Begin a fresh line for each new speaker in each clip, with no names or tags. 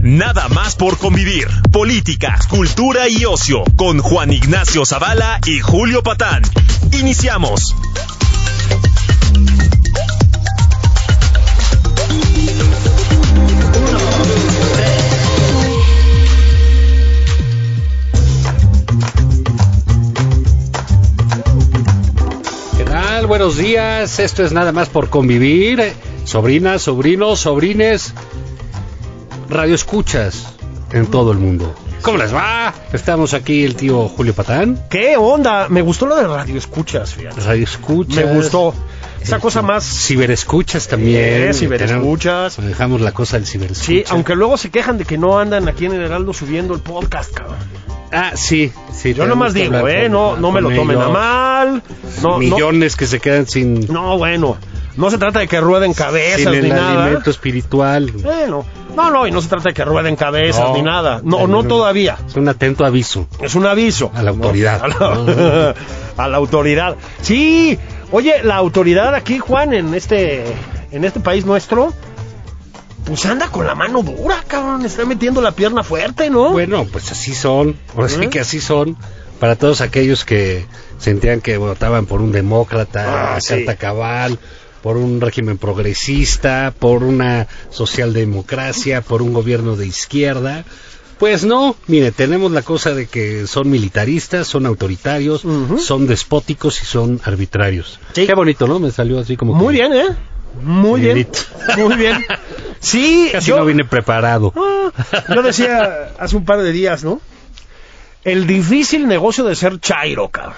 Nada más por convivir. Política, cultura y ocio. Con Juan Ignacio Zavala y Julio Patán. Iniciamos.
¿Qué tal? Buenos días. Esto es nada más por convivir. Sobrinas, sobrinos, sobrines, radioescuchas en todo el mundo. ¿Cómo les va? Estamos aquí el tío Julio Patán.
¿Qué onda? Me gustó lo de radio escuchas, fíjate.
Radioescuchas.
Me gustó.
este,
Esa cosa más.
Ciberescuchas también.
Eh, ciberescuchas.
Tenemos- Dejamos la cosa del ciberescucha.
Sí, aunque luego se quejan de que no andan aquí en el Heraldo subiendo el podcast, cabrón.
Ah, sí, sí.
Yo
tenemos
nomás
que
digo,
hablar
eh,
con-
no, no me
con
lo tomen a
ellos.
mal. No, no,
Millones que se quedan sin,
no, bueno. No se trata de que rueden
sin
cabezas
el
ni nada.
alimento espiritual.
Bueno, no, no, y no se trata de que rueden cabezas
No.
ni nada. No, no todavía.
Es un atento aviso
Es un aviso.
a la autoridad.
A la, a la autoridad. Sí, oye, la autoridad aquí, Juan, en este, en este país nuestro, pues anda con la mano dura, cabrón. Está metiendo la pierna fuerte, ¿no?
Bueno, pues así son, ahora sí
¿Eh?
que así son para todos aquellos que sentían que votaban por un demócrata,
Ah,
una
sí.
carta cabal, por un régimen progresista, por una socialdemocracia, por un gobierno de izquierda. Pues no, mire, tenemos la cosa de que son militaristas, son autoritarios,
Ujú.
son despóticos y son arbitrarios.
Sí.
Qué bonito, ¿no? Me salió así como...
Muy
que
bien, ¿eh? Muy bien.
Milito.
Muy bien. Sí,
Casi
yo,
no vine preparado.
Ah, yo decía hace un par de días, ¿no? El difícil negocio de ser chairo, cabrón.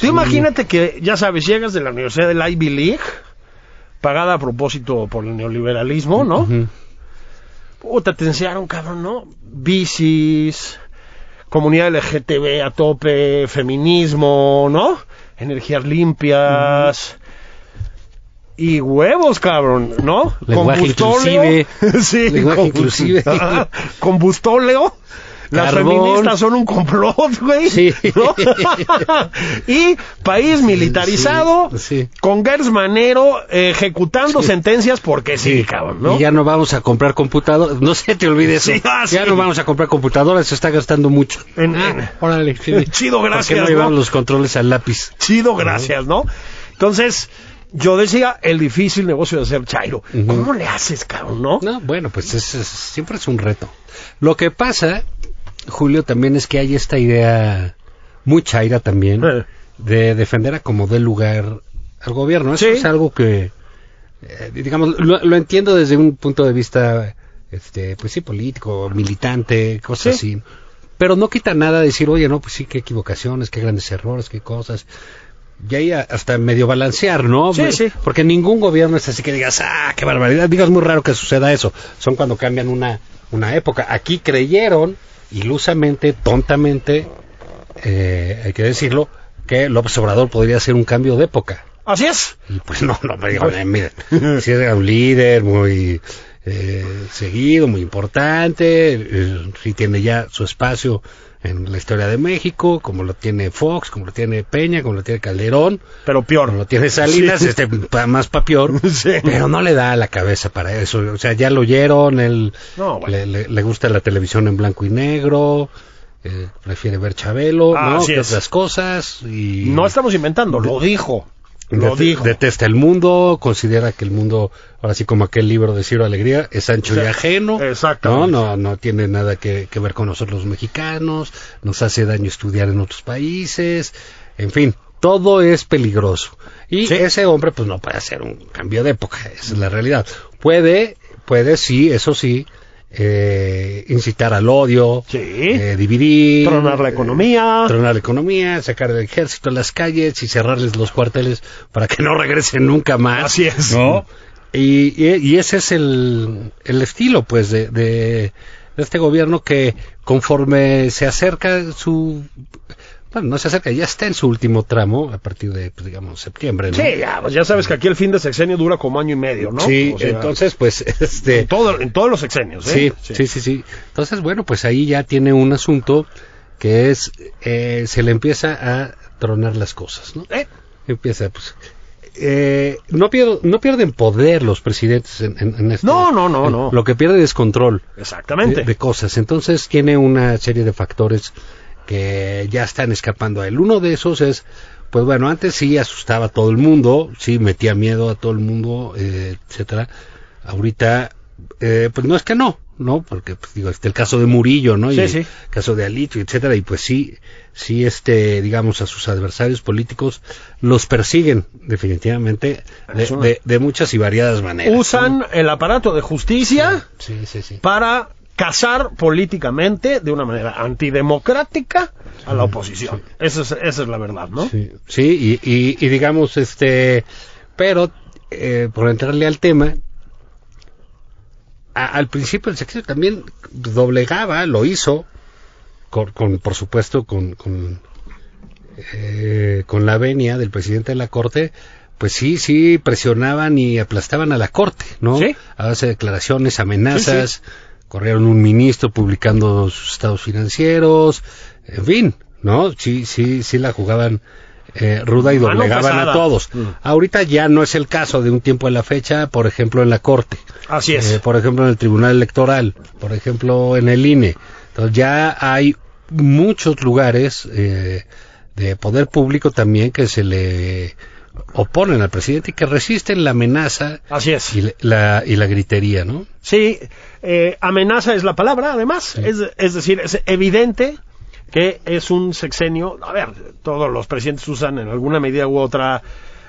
Tú imagínate que, ya sabes, llegas de la Universidad del Ivy League, pagada a propósito por el neoliberalismo, ¿no?
Ujú.
Puta, te enseñaron, cabrón, ¿no? Bicis, comunidad LGTB a tope, feminismo, ¿no? Energías limpias. Y huevos, cabrón, ¿no?
Lenguaje inclusive.
sí,
Lenguaje
combust-
inclusive.
Ah, combustóleo. Las
Carbón.
feministas son un complot, güey.
Sí.
¿no? y país militarizado,
sí.
con Gers Manero eh, ejecutando sentencias porque sí, cabrón, ¿no?
Y ya no vamos a comprar computadoras. No se te olvide eso.
Sí, ah,
ya
sí.
no vamos a comprar computadoras. Se está gastando mucho.
En- en-
Ah, Órale, sí.
Chido,
¿Por qué
gracias,
no
¿no?
llevamos los controles al lápiz?
chido, gracias, ¿no? Entonces, yo decía, el difícil negocio de hacer chairo. ¿Cómo le haces, cabrón, no?
No, bueno, pues es- es- siempre es un reto. Lo que pasa, Julio, también es que hay esta idea muy chaira también
Eh.
de defender a como dé lugar al gobierno. Eso
Sí.
es algo que, eh, digamos, lo, lo entiendo desde un punto de vista, este, pues sí, político, militante, cosas
Sí.
así. Pero no quita nada decir, oye, no, pues sí, qué equivocaciones, qué grandes errores, qué cosas. Y ahí a- hasta medio balancear, ¿no?
Sí,
Me-
sí.
Porque ningún gobierno es así que digas, ah, qué barbaridad. Digas muy raro que suceda eso. Son cuando cambian una, una época. Aquí creyeron, ilusamente, tontamente, eh, hay que decirlo, que López Obrador podría hacer un cambio de época.
Así es.
Y pues no, no, me digo, eh, miren, si era un líder muy eh, seguido, muy importante, eh, si tiene ya su espacio en la historia de México, como lo tiene Fox, como lo tiene Peña, como lo tiene Calderón,
Pero peor.
como lo tiene Salinas,
Sí.
este pa- más papior,
Sí.
pero no le da la cabeza para eso, o sea, ya lo oyeron, él
No, bueno.
le, le- le gusta la televisión en blanco y negro, eh, prefiere ver Chabelo,
Ah,
¿no?
así
Que
es.
otras cosas y
No estamos inventando, lo dijo. Lo
Dete-
dijo.
Detesta el mundo, considera que el mundo, ahora sí como aquel libro de Ciro Alegría, es ancho
Sí,
y ajeno. No,
exactamente.
no, no tiene nada que, que ver con nosotros los mexicanos, nos hace daño estudiar en otros países, en fin, todo es peligroso. Y
Sí.
ese hombre pues no puede hacer un cambio de época, esa es la realidad. Puede, puede sí, eso sí, eh, incitar al odio,
Sí.
eh, dividir,
Tronar la economía.
tronar la economía, sacar el ejército a las calles y cerrarles los cuarteles para que no regresen nunca más.
Así es.
¿no? Y, y- y ese es el, el estilo, pues, de, de- de este gobierno que conforme se acerca su... Bueno, no se acerca, ya está en su último tramo a partir de, pues, digamos, septiembre, ¿no?
Sí, ya, pues ya sabes que aquí el fin de sexenio dura como año y medio, ¿no?
Sí,
O sea,
entonces, pues, este...
En, todo- en todos los sexenios,
Sí,
¿eh?
sí, sí, sí. Entonces, bueno, pues ahí ya tiene un asunto que es, eh, se le empieza a tronar las cosas, ¿no?
Eh,
Empieza, pues... eh, no, pierdo- no pierden poder los presidentes en, en- en este-
No, no, no,
en-
no.
Lo que pierden es control de,
Exactamente.
de cosas. Entonces tiene una serie de factores que ya están escapando a él. Uno de esos es, pues bueno, antes sí asustaba a todo el mundo, sí metía miedo a todo el mundo, eh, etcétera. Ahorita, eh, pues no es que no, ¿no? Porque pues, digo, está el caso de Murillo, ¿no?
Sí,
y
sí.
caso de Alito, etcétera. Y pues sí, sí, este, digamos, a sus adversarios políticos los persiguen definitivamente de,
Es una-
de- de muchas y variadas maneras.
Usan el aparato de justicia
Sí, sí, sí.
para cazar políticamente de una manera antidemocrática a la oposición. Esa es, esa es la verdad, ¿no?
Sí, sí, y, y- y digamos, este, pero eh, por entrarle al tema, a- al principio el sexenio también doblegaba, lo hizo, con, con- por supuesto, con, con, eh, con la venia del presidente de la corte, pues sí, sí, presionaban y aplastaban a la corte, ¿no?
Sí.
A base de declaraciones, amenazas, corrieron un ministro publicando sus estados financieros, en fin, ¿no? Sí, sí, sí la jugaban eh, ruda y
Mano
doblegaban
pesada.
a todos.
Mm.
Ahorita ya no es el caso de un tiempo a la fecha, por ejemplo, en la corte.
Así es.
Eh, por ejemplo, en el Tribunal Electoral, por ejemplo, en el INE. Entonces ya hay muchos lugares eh, de poder público también que se le oponen al presidente y que resisten la amenaza
Así es.
y le- la, y la gritería, ¿no?
Sí, eh, amenaza es la palabra, además. Es, es decir, es evidente que es un sexenio. A ver, todos los presidentes usan en alguna medida u otra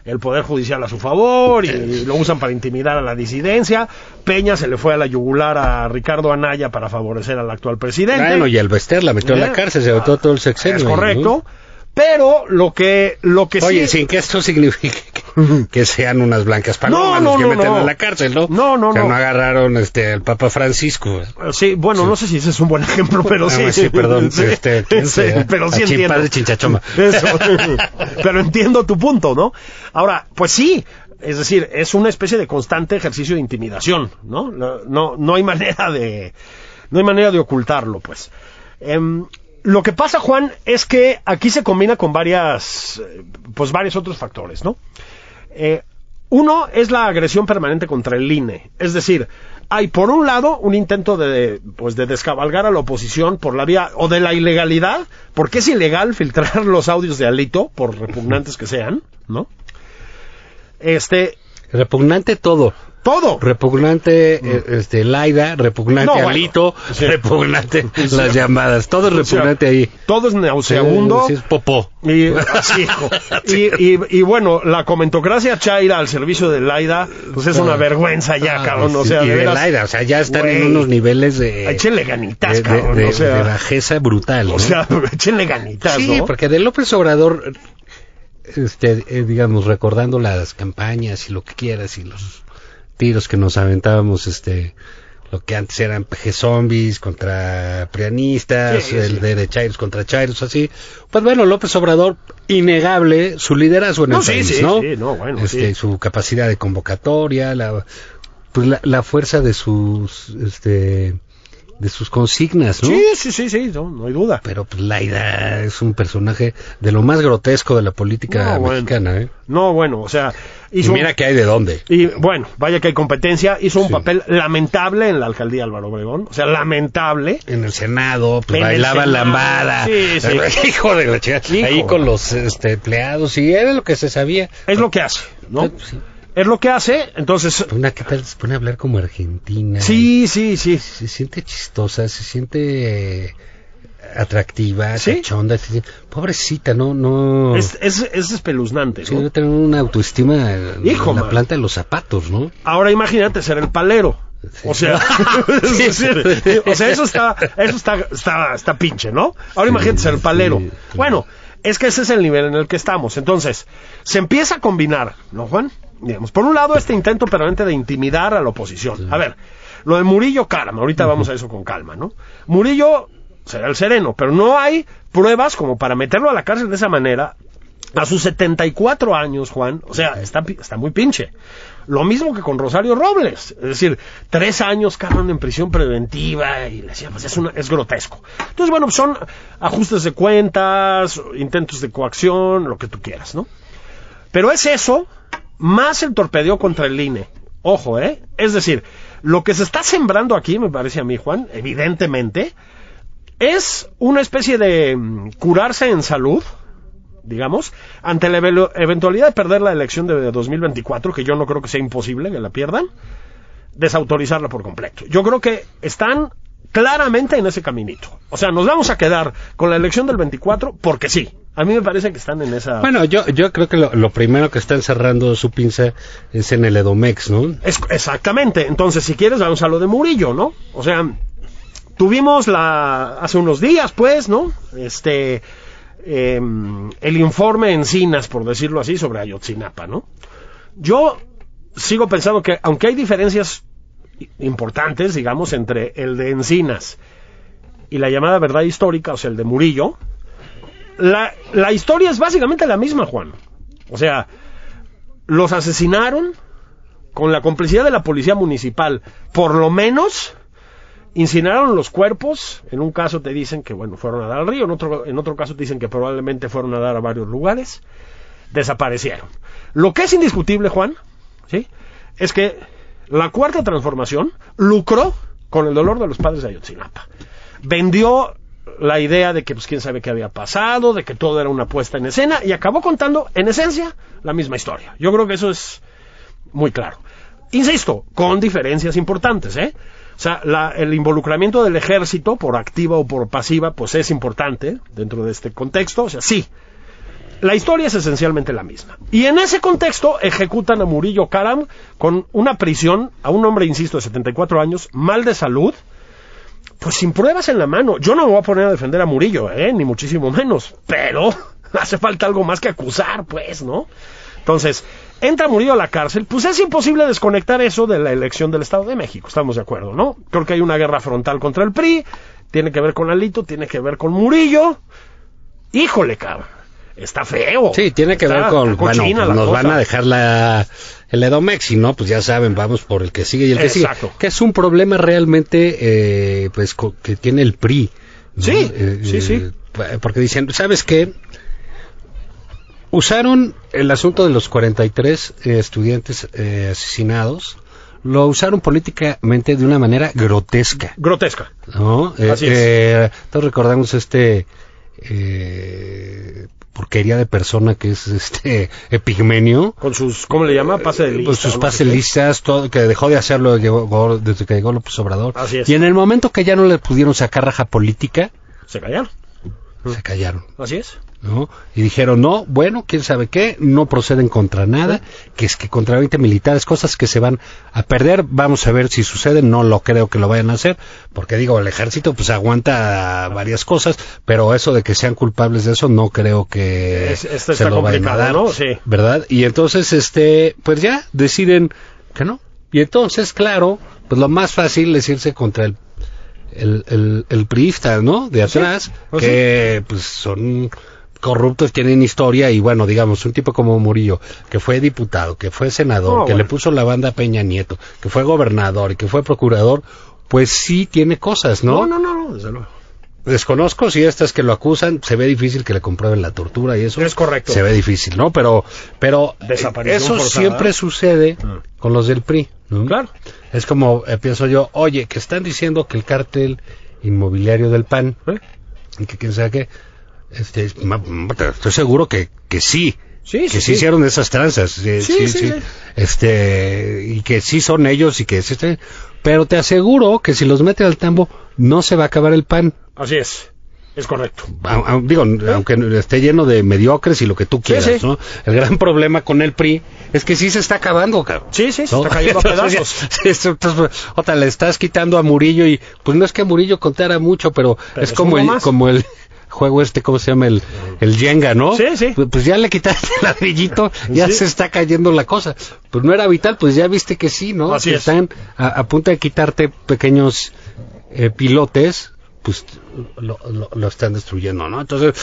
el poder judicial a su favor y lo usan para intimidar a la disidencia. Peña se le fue a la yugular a Ricardo Anaya para favorecer al actual presidente.
Bueno, y Alvester la metió en la
Ya.
cárcel, se votó todo el sexenio.
Es
¿no?
correcto. Pero lo que, lo que
Oye,
sí.
sin que esto signifique que, que sean unas blancas palomas
No, no,
los que
no,
meten
no.
a la cárcel, ¿no?
No, no,
O sea,
no.
no agarraron este, al Papa Francisco.
Eh, Sí, bueno, no sé si ese es un buen ejemplo, pero
Ah,
sí.
bueno, sí, perdón,
Sí,
este, quién
sí,
sea.
pero
A
sí entiendo.
Chimpás de Chinchachoma.
Eso. pero entiendo tu punto, ¿no? Ahora, pues sí. Es decir, es una especie de constante ejercicio de intimidación, ¿no? No, no, no hay manera de, no hay manera de ocultarlo, pues. Em, lo que pasa, Juan, es que aquí se combina con varias, eh, pues varios otros factores, ¿no? Eh, uno es la agresión permanente contra el INE. Es decir, hay por un lado un intento de, pues, de descabalgar a la oposición por la vía o de la ilegalidad, porque es ilegal filtrar los audios de Alito, por repugnantes que sean, ¿no? Este,
Repugnante todo.
todo.
Repugnante eh, este, Laida, repugnante
No, bueno.
Alito,
Sí.
repugnante las llamadas. Todo es
O sea,
repugnante ahí.
Todo es nauseabundo.
Sí, es popó.
Y, sí, hijo. y, y- y bueno, la comentocracia chaira al servicio de Laida, pues es una vergüenza ya,
Ah,
cabrón. O
sí,
sea,
y
de
de
veras,
Laida, o sea, ya están en
Güey.
unos niveles de,
Échenle ganitas,
de, de-
cabrón,
de-
o sea.
de bajeza brutal. ¿no?
O sea, échenle ganitas,
Sí,
¿no?
porque de López Obrador, este, eh, digamos, recordando las campañas y lo que quieras y los tiros que nos aventábamos, este, lo que antes eran PG zombies contra prianistas,
Sí,
el
sí.
de Chairos contra Chairos, así. Pues bueno, López Obrador, innegable su liderazgo en
No,
el
sí,
país,
sí,
¿no?
sí, no, bueno,
Este,
sí.
Su capacidad de convocatoria, la, pues la, la fuerza de sus, este, de sus consignas, ¿no?
Sí, sí, sí, sí, no, no hay duda.
Pero pues, Laida es un personaje de lo más grotesco de la política
No, bueno.
mexicana. ¿eh?
No, bueno, o sea,
Y
hizo un-
mira que hay de dónde.
y bueno, vaya que hay competencia, hizo un papel lamentable en la alcaldía Álvaro Obregón, o sea, lamentable.
En el Senado, pues
En el
bailaba
Senado,
lambada.
sí, sí.
Hijo de la chica.
Hijo.
Ahí con los este, empleados. Y era lo que se sabía. Pues,
Es lo que hace, ¿no?
Sí.
Es lo que hace, entonces
Una que tal se pone a hablar como argentina.
sí, sí, sí.
Se siente chistosa, se siente eh, atractiva,
Sí.
cachonda. se siente- Pobrecita, no, no.
Es, es, es espeluznante,
Sí,
¿no?
debe tener una autoestima en
Hijo,
la
man.
planta de los zapatos, ¿no?
Ahora imagínate ser el palero, O sea, es decir, o sea, eso está, eso está, está, está pinche, ¿no? Ahora imagínate ser palero.
sí, claro.
Bueno, es que ese es el nivel en el que estamos. Entonces, se empieza a combinar, ¿no, Juan? Digamos, por un lado, este intento permanente de intimidar a la oposición. A ver, lo de Murillo Karam, ahorita vamos a eso con calma, ¿no? Murillo será el sereno, pero no hay pruebas como para meterlo a la cárcel de esa manera. A sus 74 años, Juan, o sea, está, pi- está muy pinche. Lo mismo que con Rosario Robles. Es decir, tres años cargan en prisión preventiva y le decía, pues es, una- es grotesco. Entonces, bueno, son ajustes de cuentas, intentos de coacción, lo que tú quieras, ¿no? Pero es eso, más el torpedeo contra el INE. Ojo, ¿eh? Es decir, lo que se está sembrando aquí, me parece a mí, Juan, evidentemente, es una especie de mm, curarse en salud, digamos, ante la evelu- eventualidad de perder la elección de 2024, que yo no creo que sea imposible que la pierdan, desautorizarla por completo. Yo creo que están claramente en ese caminito. O sea, nos vamos a quedar con la elección del 24 porque sí. A mí me parece que están en esa...
Bueno, yo, yo creo que lo, lo primero que está encerrando su pinza es en el Edomex, ¿no?
Es- exactamente. Entonces, si quieres, vamos a lo de Murillo, ¿no? O sea, tuvimos la hace unos días, pues, ¿no? Este eh, el informe Encinas, por decirlo así, sobre Ayotzinapa, ¿no? Yo sigo pensando que, aunque hay diferencias i- importantes, digamos, entre el de Encinas y la llamada verdad histórica, o sea, el de Murillo, la, la historia es básicamente la misma, Juan. O sea, los asesinaron, con la complicidad de la policía municipal, por lo menos incineraron los cuerpos. En un caso te dicen que bueno fueron a dar al río, en otro en otro caso te dicen que probablemente fueron a dar a varios lugares. Desaparecieron. Lo que es indiscutible, Juan, sí, es que la cuarta transformación lucró con el dolor de los padres de Ayotzinapa. Vendió la idea de que pues quién sabe qué había pasado, de que todo era una puesta en escena y acabó contando en esencia la misma historia. Yo creo que eso es muy claro. Insisto, con diferencias importantes, ¿eh? O sea, la- el involucramiento del ejército, por activa o por pasiva, pues es importante dentro de este contexto. O sea, sí, la historia es esencialmente la misma. Y en ese contexto ejecutan a Murillo Karam con una prisión a un hombre, insisto, de 74 años, mal de salud, pues sin pruebas en la mano. Yo no me voy a poner a defender a Murillo, ¿eh? ni muchísimo menos, pero hace falta algo más que acusar, pues, ¿no? Entonces, entra Murillo a la cárcel, pues es imposible desconectar eso de la elección del Estado de México, estamos de acuerdo, ¿no? Creo que hay una guerra frontal contra el PRI, tiene que ver con Alito, tiene que ver con Murillo. Híjole, cabrón. Está feo.
Sí, tiene que
Está-
ver con,
está
bueno,
cochina
pues
la
nos
cosa.
van a dejar la, el Edomex y no, pues ya saben, vamos por el que sigue y el que sigue.
Exacto.
Que es un problema realmente, eh, pues, co- que tiene el PRI. ¿no?
Sí,
Eh,
sí,
eh,
sí.
pa- Porque dicen, ¿sabes qué? Usaron el asunto de los 43 estudiantes eh, asesinados, lo usaron políticamente de una manera grotesca.
Grotesca.
¿no? Eh,
Así es.
eh, todos recordamos este eh, porquería de persona que es este Epigmenio.
Con sus, ¿cómo le llama? Pase de lista.
Pues sus
o no sé
pases
qué.
listas, todo, que dejó de hacerlo llegó- desde que llegó López Obrador.
Así es.
Y en el momento que ya no le pudieron sacar raja política,
Se callaron.
se callaron.
Así es.
¿no? Y dijeron, no, bueno, quién sabe qué, no proceden contra nada, que es que contra 20 militares, cosas que se van a perder, vamos a ver si sucede, no lo creo que lo vayan a hacer, porque digo, el ejército pues aguanta varias cosas, pero eso de que sean culpables de eso, no creo que
Es- esto está complicado, ¿no? Sí.
¿verdad? Y entonces, este, pues ya, deciden que no. Y entonces, claro, pues lo más fácil es irse contra el el, el, el priista, ¿no? De atrás,
pues
que pues son corruptos, tienen historia y bueno, digamos, un tipo como Murillo, que fue diputado, que fue senador,
No,
que
bueno.
le puso la banda a Peña Nieto, que fue gobernador y que fue procurador, pues sí tiene cosas, ¿no?
No, no, no, no, desde luego.
Desconozco si estas que lo acusan, se ve difícil que le comprueben la tortura y eso.
Es correcto.
Se ve difícil, ¿no? Pero, pero eh,
Desaparición
eso
forzada. Ah.
siempre sucede con los del PRI, ¿no?
Claro.
Es como, eh, pienso yo, oye, que están diciendo que el cártel inmobiliario del PAN,
¿Eh?
y que quién sabe qué, este, es- ma- ma- estoy seguro que, que sí,
Sí,
que sí,
sí, sí.
hicieron esas tranzas, eh,
Sí,
sí,
sí,
sí,
sí.
este, y que sí son ellos y que sí, están- pero te aseguro que si los meten al tambo no se va a acabar el PAN.
Así es. Es correcto.
a- a- digo, aunque esté lleno de mediocres y lo que tú quieras,
sí.
¿no? El gran problema con el PRI es que sí se está acabando, cabrón.
Sí, sí, se
¿no?
está cayendo a
Entonces,
pedazos.
ya- sí, entonces, ota, le estás quitando a Murillo y pues no es que Murillo contara mucho, pero,
Pero
es
es
como
uno
el,
más.
como el juego este, ¿cómo se llama? El, el Jenga, ¿no?
Sí, sí.
Pues, pues ya le quitaste el ladrillito, ya
Sí.
se está cayendo la cosa. Pues no era vital, pues ya viste que sí, ¿no?
Así
Que
es.
Están a, a punto de quitarte pequeños eh, pilotes, pues lo, lo- lo están destruyendo, ¿no? Entonces,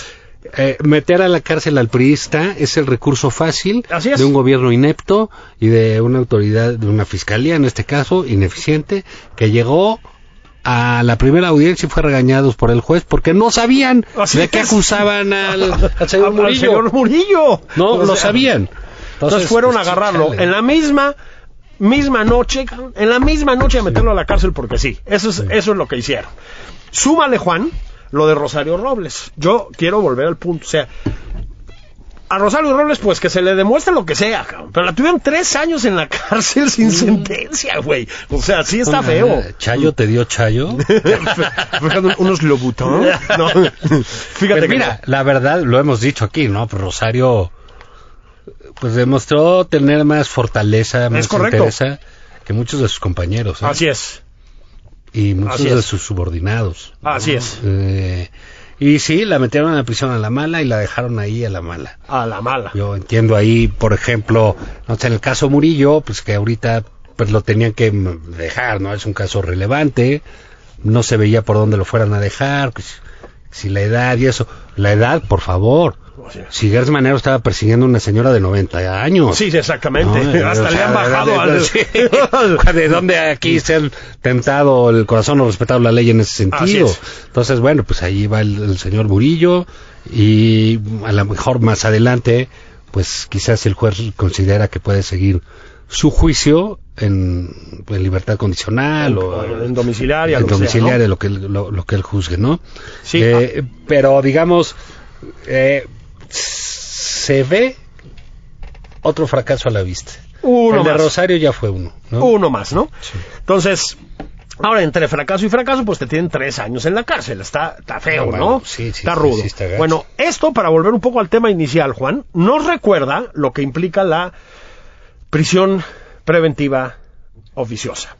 eh, meter a la cárcel al priista es el recurso fácil
Así es.
de un gobierno inepto y de una autoridad, de una fiscalía en este caso, ineficiente, que llegó a la primera audiencia y fue regañados por el juez porque no sabían
Así
de qué
es.
acusaban al, al
Al-
señor
al
Murillo.
señor Murillo.
No,
O
lo
sea,
sabían.
Entonces, fueron
pues,
a agarrarlo
chale.
en la misma misma noche, cabrón, en la misma noche a meterlo a la cárcel porque sí. Eso es eso es lo que hicieron. Súmale Juan lo de Rosario Robles. Yo quiero volver al punto, o sea, a Rosario Robles, pues que se le demuestre lo que sea, cabrón. Pero la tuvieron tres años en la cárcel sin sentencia, güey. O sea, sí está
Mm. Una-
feo.
Chayo te dio chayo.
Fíjate, unos lobutón. No. Fíjate
Pero
que
Pues mira, la verdad lo hemos dicho aquí, ¿no? Pues Rosario pues demostró tener más fortaleza, más
correcto.
entereza que muchos de sus compañeros ¿eh?
no. Así es.
y muchos
así
de
es.
sus subordinados.
Así es.
Eh, y sí, la metieron a la prisión a la mala y la dejaron ahí a la mala.
A la mala.
Yo entiendo ahí, por ejemplo, no sé, en el caso Murillo, pues que ahorita pues lo tenían que mm, dejar, ¿no? Es un caso relevante, no se veía por dónde lo fueran a dejar, pues, si la edad y eso. La edad, por favor.
Así es.
Si Gers Manero estaba persiguiendo a una señora de 90 años.
Sí, sí, exactamente.
No, eh,
Hasta
o
le
sea,
han
de-
bajado
de-
al.
sí. ¿De dónde aquí se han tentado el corazón o respetado la ley en ese
Así
sentido?
es.
Entonces, bueno, pues ahí va el, el señor Murillo y a lo mejor más adelante, pues quizás el juez considera que puede seguir su juicio en, en libertad condicional o
en domiciliaria.
en
lo que sea,
domiciliaria,
¿no?
lo, que, él- lo, lo que él juzgue, ¿no?
Sí,
Eh, Pero digamos, eh, se ve otro fracaso a la vista.
Uno
el de
más.
Rosario ya fue uno, ¿no?
Uno más, ¿no? Entonces, ahora entre fracaso y fracaso, pues te tienen tres años en la cárcel. Está, está feo,
No,
¿no?
bueno, sí, sí,
está
sí,
rudo.
sí, está gacho.
bueno, esto, para volver un poco al tema inicial, Juan, nos recuerda lo que implica la prisión preventiva oficiosa.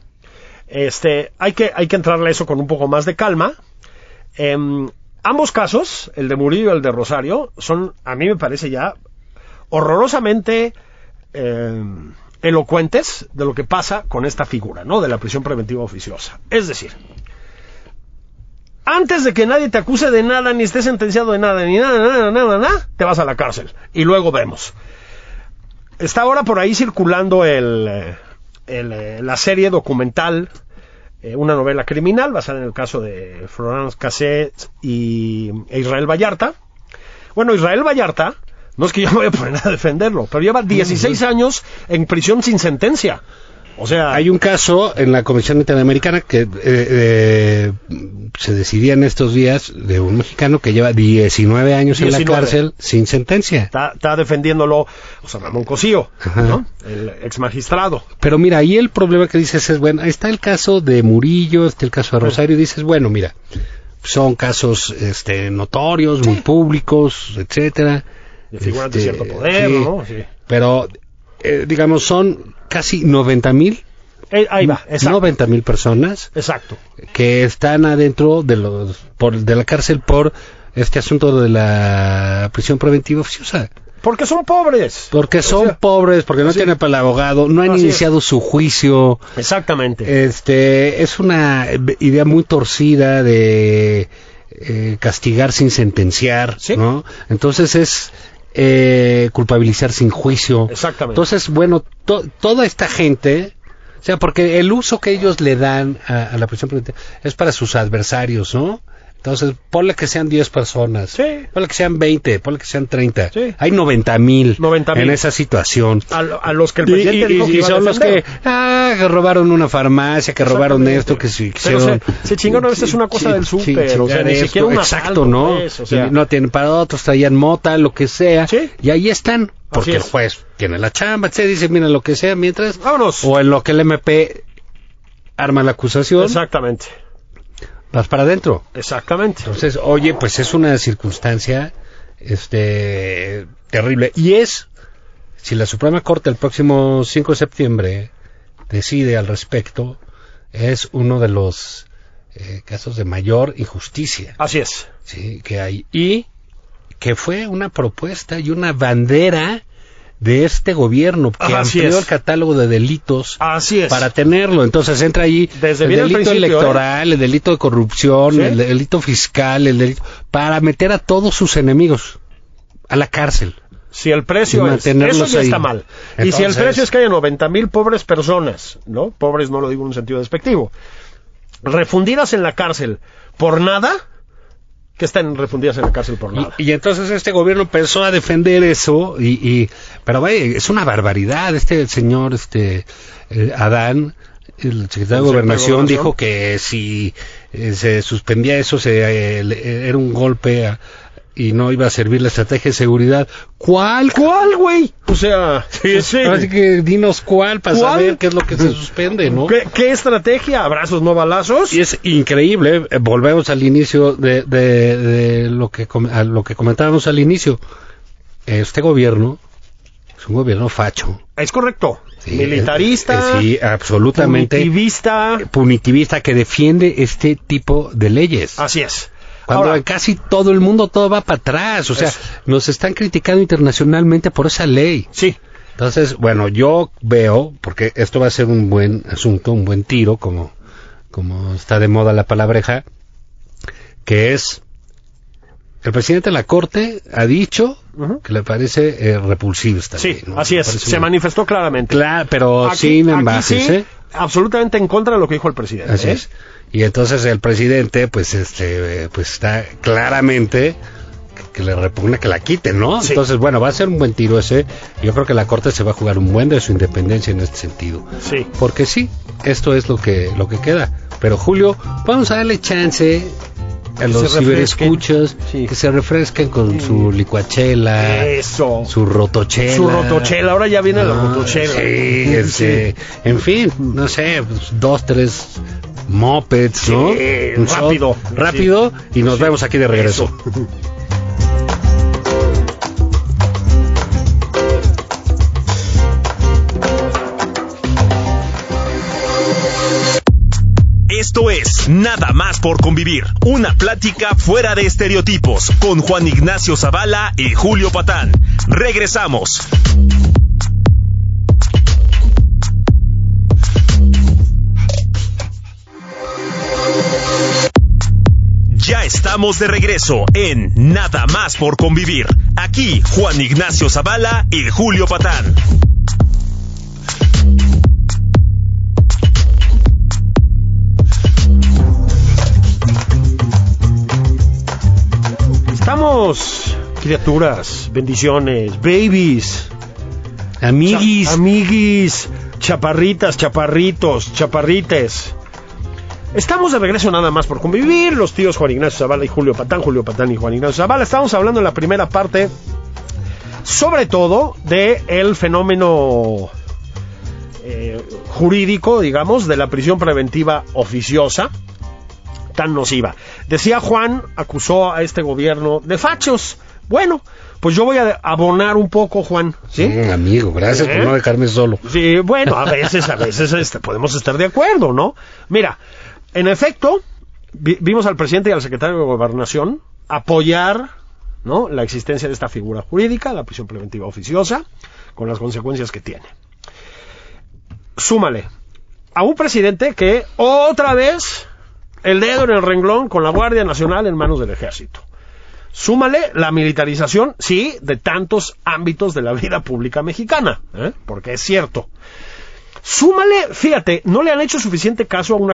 Este, hay que, hay que entrarle a eso con un poco más de calma. Em, ambos casos, el de Murillo y el de Rosario, son, a mí me parece ya, horrorosamente eh, elocuentes de lo que pasa con esta figura, ¿no? De la prisión preventiva oficiosa. Es decir, antes de que nadie te acuse de nada, ni esté sentenciado de nada, ni nada, nada, nada, nada, te vas a la cárcel. Y luego vemos. Está ahora por ahí circulando el, eh, el, eh, la serie documental, eh, una novela criminal basada en el caso de Florence Cassé y, e Israel Vallarta. Bueno, Israel Vallarta, no es que yo me voy a poner a defenderlo, pero lleva 16 años en prisión sin sentencia. O sea,
Hay un caso en la Comisión Interamericana que eh, eh, se decidía en estos días de un mexicano que lleva 19 años en la
19.
cárcel sin sentencia.
está, está defendiéndolo José Ramón Cosío,
Ajá.
¿no? el ex magistrado.
Pero mira, ahí el problema que dices es, bueno, ahí está el caso de Murillo, está el caso de Rosario, y dices, bueno, mira, son casos este, notorios, muy públicos, etcétera.
De figuras de
Este,
cierto poder,
sí.
¿no? Sí.
Pero, eh, digamos, son casi 90 mil,
Eh, ahí va, exacto.
90 mil personas
Exacto.
que están adentro de los por, de la cárcel por este asunto de la prisión preventiva oficiosa.
Porque son pobres.
Porque son pobres, porque no tienen para el abogado, no han
Así es.
iniciado su juicio.
Exactamente.
Este es una idea muy torcida de eh, castigar sin sentenciar,
Sí.
¿no? Entonces es eh, culpabilizar sin juicio.
Exactamente.
Entonces, bueno, to- toda esta gente, o sea, porque el uso que ellos le dan a, a la prisión preventiva es para sus adversarios, ¿no? Entonces, ponle que sean 10 personas,
Sí.
ponle que sean 20, ponle que sean 30.
Sí.
Hay 90 mil
90,000.
en esa situación.
a, lo- a los que el
Y,
presidente
y-
dijo
y
que iba a
son los que,
defender.
ah, que robaron una farmacia, que robaron
Exactamente.
esto, que se
Pero
hicieron.
se- se chingaron, esta es una cosa del súper, o sea, ni
esto,
siquiera un
Exacto,
asalto,
¿no?
pues, o sea.
Y no tienen para otros, traían mota, lo que sea.
Sí.
Y ahí están, porque
Así
el
es.
juez tiene la chamba, se dice, mira, lo que sea, mientras.
Vámonos.
O en lo que el MP arma la acusación.
Exactamente.
vas para adentro.
Exactamente.
Entonces, oye, pues es una circunstancia este terrible. Y es, si la Suprema Corte el próximo 5 de septiembre decide al respecto, es uno de los eh, casos de mayor injusticia
Así es.
¿sí? que hay. Y que fue una propuesta y una bandera de este gobierno que
Ajá, así
amplió
es.
el catálogo de delitos
Así es.
para tenerlo. Entonces entra ahí
Desde
el
bien al
delito
principio,
electoral, el delito de corrupción,
¿Sí?
el delito fiscal, el delito para meter a todos sus enemigos a la cárcel.
Si el
Y
precio es,
mantenerlos
eso ya
ahí.
está mal. y si el
Entonces-
precio es que haya 90 mil pobres personas, ¿no? Pobres no lo digo en un sentido despectivo. Refundidas en la cárcel por nada, que están refundidas en la cárcel por nada.
Y, y entonces este gobierno empezó a defender eso y, y- pero vaya, es una barbaridad este señor este eh, Adán el secretario de
de
gobernación
Gobernación.
dijo que si eh, se suspendía eso se eh, le- era un golpe a- y no iba a servir la estrategia de seguridad. ¿Cuál?
¿Cuál, güey? O sea,
Pues Sí, Ahora sí que dinos cuál Pues, para
¿Cuál?
saber qué es lo que se suspende, ¿no?
¿Qué, qué estrategia? ¿Abrazos, no balazos?
Y es increíble, eh, volvemos al inicio de, de- de lo, que, com- a lo que comentábamos al inicio. Este gobierno es un gobierno facho.
Es correcto.
Sí,
Militarista,
eh, eh, sí, absolutamente punitivista.
activista.
que defiende este tipo de leyes.
Así es.
Cuando
Ahora,
en casi todo el mundo todo va para atrás. O sea,
Eso.
nos están criticando internacionalmente por esa ley.
sí,
Entonces, bueno, yo veo, porque esto va a ser un buen asunto, un buen tiro, como, como está de moda la palabreja, que es, el presidente de la Corte ha dicho
Ujú.
que le parece eh, repulsivo esta
sí,
ley, ¿no?
así
Le
es.
parece
Se
una-
manifestó claramente.
Claro, pero
Aquí-
sin
aquí
envases,
sí,
¿eh?
Absolutamente en contra de lo que dijo el presidente.
Así
¿eh?
es. Y entonces el presidente, pues, este, eh, pues está claramente que- que le repugna que la quiten, ¿no?
Sí.
Entonces, bueno, va a ser un buen tiro ese. Yo creo que la Corte se va a jugar un buen de su independencia en este sentido.
Sí.
Porque sí, esto es lo que, lo que queda. Pero Julio, vamos a darle chance a los
se refresquen.
ciberescuchas
Sí.
que se refresquen con su licuachela,
Eso.
Ah, su rotochela.
Su rotochela, ahora ya viene la
Ah,
rotochela.
Sí, este, en fin, no sé, pues, dos, tres mopeds, ¿no? Un shot
rápido.
rápido y nos vemos aquí de regreso.
Esto es Nada más por convivir, una plática fuera de estereotipos con Juan Ignacio Zavala y Julio Patán. Regresamos. Ya estamos de regreso en Nada más por convivir. Aquí Juan Ignacio Zavala y Julio Patán.
Estamos, criaturas, bendiciones, babies,
Amiguis,
cha- amiguis, chaparritas, chaparritos, chaparrites. Estamos de regreso nada más por convivir, los tíos Juan Ignacio Zavala y Julio Patán, Julio Patán y Juan Ignacio Zavala. Estamos hablando en la primera parte, sobre todo, de el fenómeno eh, jurídico, digamos, de la prisión preventiva oficiosa tan nociva. Decía Juan, acusó a este gobierno de fachos. Bueno, pues yo voy a abonar un poco, Juan, ¿sí?
Mm, amigo, gracias
¿Eh?
por no dejarme solo.
Sí, bueno, a veces, a veces este, podemos estar de acuerdo, ¿no? Mira, en efecto, vi- vimos al presidente y al secretario de Gobernación apoyar ¿no? la existencia de esta figura jurídica, la prisión preventiva oficiosa, con las consecuencias que tiene. Súmale a un presidente que otra vez el dedo en el renglón con la Guardia Nacional en manos del ejército. Súmale la militarización, sí, de tantos ámbitos de la vida pública mexicana, ¿eh? porque es cierto. Súmale, fíjate, no le han hecho suficiente caso a una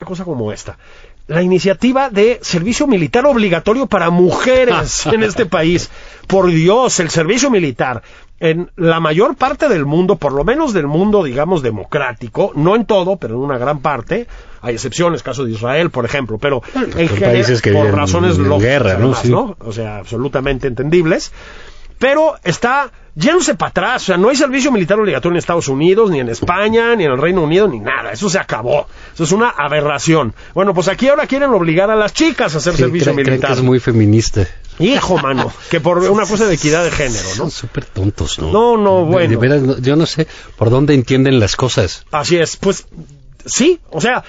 una cosa como esta. La iniciativa de servicio militar obligatorio para mujeres en este país. Por Dios, el servicio militar en la mayor parte del mundo, por lo menos del mundo, digamos, democrático, no en todo, pero en una gran parte, hay excepciones, caso de Israel, por ejemplo, pero en
son
general,
países que
por
viven
razones
en
lógicas,
guerra, ¿no?
además,
Sí.
¿no? O sea, absolutamente entendibles pero está yéndose para atrás. O sea, no hay servicio militar obligatorio en Estados Unidos, ni en España, ni en el Reino Unido, ni nada. Eso se acabó. Eso es una aberración. Bueno, pues aquí ahora quieren obligar a las chicas a hacer
Sí,
servicio
creen- creen
militar.
que es muy feminista.
Hijo, mano, que por una cosa de equidad de género, ¿no?
Son súper tontos, ¿no?
No, no,
De-
bueno.
De veras, no- yo no sé por dónde entienden las cosas.
Así es, pues sí, o sea,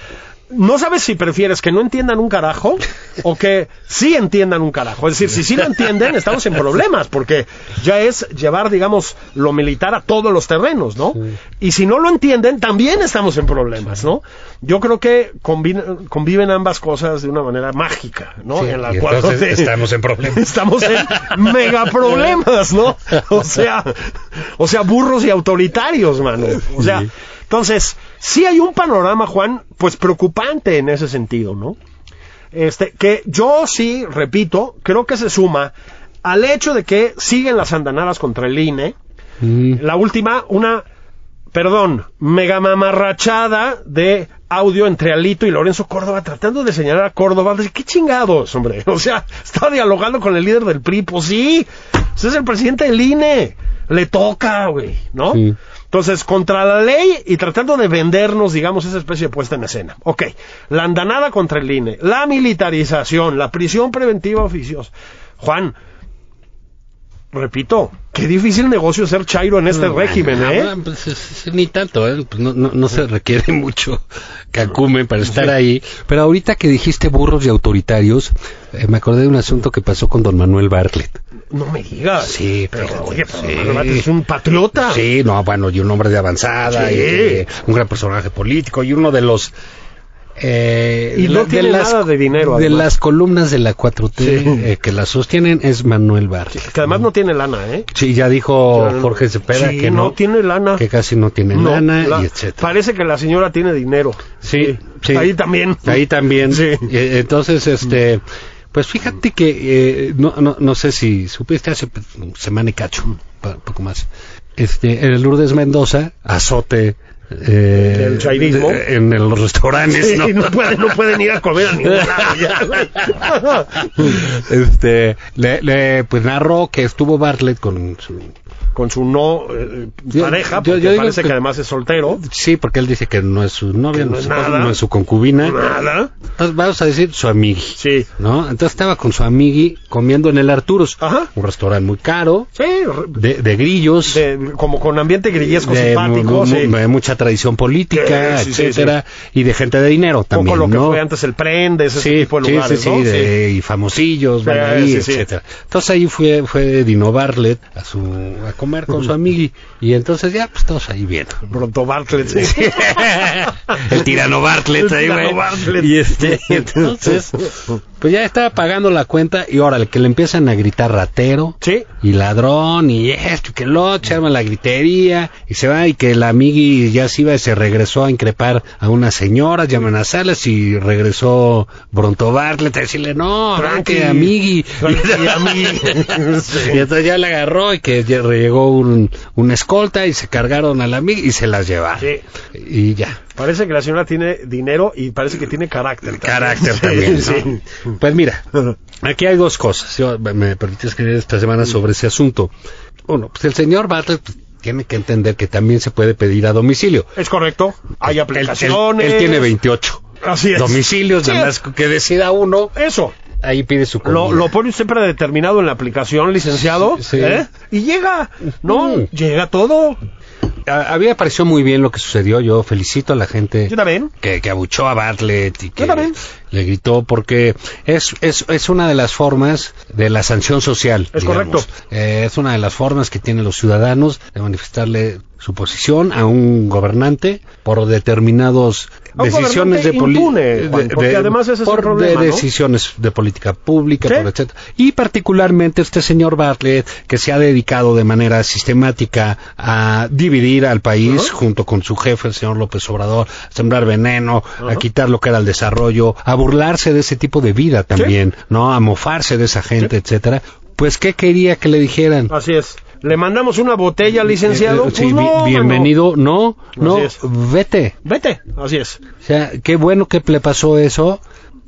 no sabes si prefieres que no entiendan un carajo o que sí entiendan un carajo. Es decir, si sí lo entienden, estamos en problemas, porque ya es llevar, digamos, lo militar a todos los terrenos, ¿no? Y si no lo entienden, también estamos en problemas, ¿no? Yo creo que convin- conviven ambas cosas de una manera mágica, ¿no?
Sí,
en la
y
cual
entonces
no te-
estamos en problemas.
Estamos en mega problemas, ¿no? O sea, o sea, burros y autoritarios, mano. O sea, entonces, sí hay un panorama, Juan, pues preocupante en ese sentido, ¿no? Este, que yo sí, repito, creo que se suma al hecho de que siguen las andanadas contra el INE. La última, una, perdón, mega mamarrachada de audio entre Alito y Lorenzo Córdoba tratando de señalar a Córdoba. de ¿Qué chingados, hombre? O sea, estaba dialogando con el líder del PRI, pues sí. Usted es el presidente del INE. Le toca, güey, ¿no?
Sí.
Entonces, contra la ley y tratando de vendernos, digamos, esa especie de puesta en escena. Ok, la andanada contra el INE, la militarización, la prisión preventiva oficiosa. Juan, repito, qué difícil negocio ser Chairo en este régimen,
Ah,
¿eh?
bueno, pues, es- es- ni tanto, ¿eh? Pues, no, no- no se requiere mucho cacumen para estar ahí. Pero ahorita que dijiste burros y autoritarios, eh, me acordé de un asunto que pasó con don Manuel Bartlett.
No me digas.
Sí,
pero
fíjate,
oye, pero
sí.
Manuel Bartlett es un patriota.
Sí, no, bueno, y un hombre de avanzada,
Sí.
y, eh, un gran personaje político, y uno de los... eh,
Y no tiene nada de dinero,
De
además.
las columnas de la 4T eh, que la sostienen es Manuel Bartlett.
Que además no tiene lana, ¿eh?
Sí, ya dijo
Claro.
Jorge Cepeda
Sí,
que no,
no tiene lana.
que casi no tiene
No,
lana
la-
y etcétera.
Parece que la señora tiene dinero.
Sí, sí.
Ahí también.
Ahí también.
Sí.
Eh, Entonces, este, pues fíjate que eh, no, no, no sé si supiste hace pues, semana y cacho, un pa- poco más. Este, el Lourdes Mendoza azote eh,
¿El chairismo?
de- en el- los restaurantes,
Sí,
¿no?
no. pueden, no pueden ir a comer a ningún lado ya, güey.
Este, le, le, pues narró que estuvo Bartlett con su
Con su no eh,
Yo- yo-
pareja, porque
yo digo
parece que...
que-
además es soltero.
sí, porque él dice que no es su novia,
Que
no,
no
es
es
su esposa,
nada.
no es su concubina.
Nada.
Entonces, vamos a decir su amigui.
Sí.
¿no? Entonces estaba con su amigui comiendo en el Arturos,
Ajá.
un restaurante muy caro,
Sí, re-
de, de grillos,
de- como con ambiente grillesco
de
simpático,
mu- mu- eh,
sí.
de mucha tradición política,
Sí, sí, sí,
etcétera, y de gente de dinero
poco
también,
lo que
¿no?
fue antes el Prendes, ese
Sí,
tipo de
sí,
lugares,
sí,
¿no?
sí, de- y famosillos, van
Sí,
ahí,
sí, sí.
etcétera. Entonces ahí fue, fue Dino Bartlett a, su, a comer con su amigui, y entonces ya, pues todos ahí viendo.
Pronto Bartlett. sí.
el tirano Bartlett,
El
ahí,
tirano
güey.
Bartlett.
Y este, y entonces, pues ya estaba pagando la cuenta y ahora el que le empiezan a gritar ratero
Sí.
y ladrón y esto y que lo otro, se arma la gritería y se va y que la amigui ya se iba y se regresó a increpar a unas señoras y amenazarlas y regresó Bronto Bartlett a decirle no,
Tranqui,
arranque amigui.
tranqui, amigui. Sí.
Y entonces ya la agarró y que ya llegó un, una escolta y se cargaron a la amigui y se las llevaron.
Sí.
Y ya.
Parece que la señora tiene dinero y parece que tiene carácter.
carácter también. ¿no? Pues mira, aquí hay dos cosas. Yo me- me permití escribir esta
Mm.
semana sobre ese asunto. Uno, pues el señor Bartlett pues, tiene que entender que también se puede pedir a domicilio.
Es correcto. Hay
Él- él-
aplicaciones.
Él, tiene 28
Así es.
domicilios,
Sí.
nada más que decida uno,
Eso.
ahí pide su comida.
Lo, lo pone usted predeterminado en la aplicación, licenciado.
Sí, sí.
¿eh? Y llega. ¿eh? No,
Mm.
llega todo.
a, a mí me pareció muy bien lo que sucedió. Yo felicito a la gente
Yo también.
que, que abuchó a Bartlett y que
también.
le gritó porque es, es, es una de las formas de la sanción social.
Es correcto.
Eh, es una de las formas que tienen los ciudadanos de manifestarle su posición a un gobernante por determinados
A un
decisiones
gobernante
de poli-
impune, Juan,
de-
porque
de-
además ese es el
por de
problema, ¿no?
decisiones de política pública,
Sí.
por etcétera. Y particularmente este señor Bartlett, que se ha dedicado de manera sistemática a dividir al país junto con su jefe, el señor López Obrador, a sembrar veneno, a quitar lo que era el desarrollo, a burlarse de ese tipo de vida también, ¿no? A mofarse de esa gente, etcétera. Pues, ¿qué quería que le dijeran?
Así es. Le mandamos una botella, licenciado.
Eh, eh, sí,
Pues
bi-
no, mano.
bienvenido, no, no,
Así es.
vete.
Vete. Así es.
O sea, qué bueno que le pasó eso.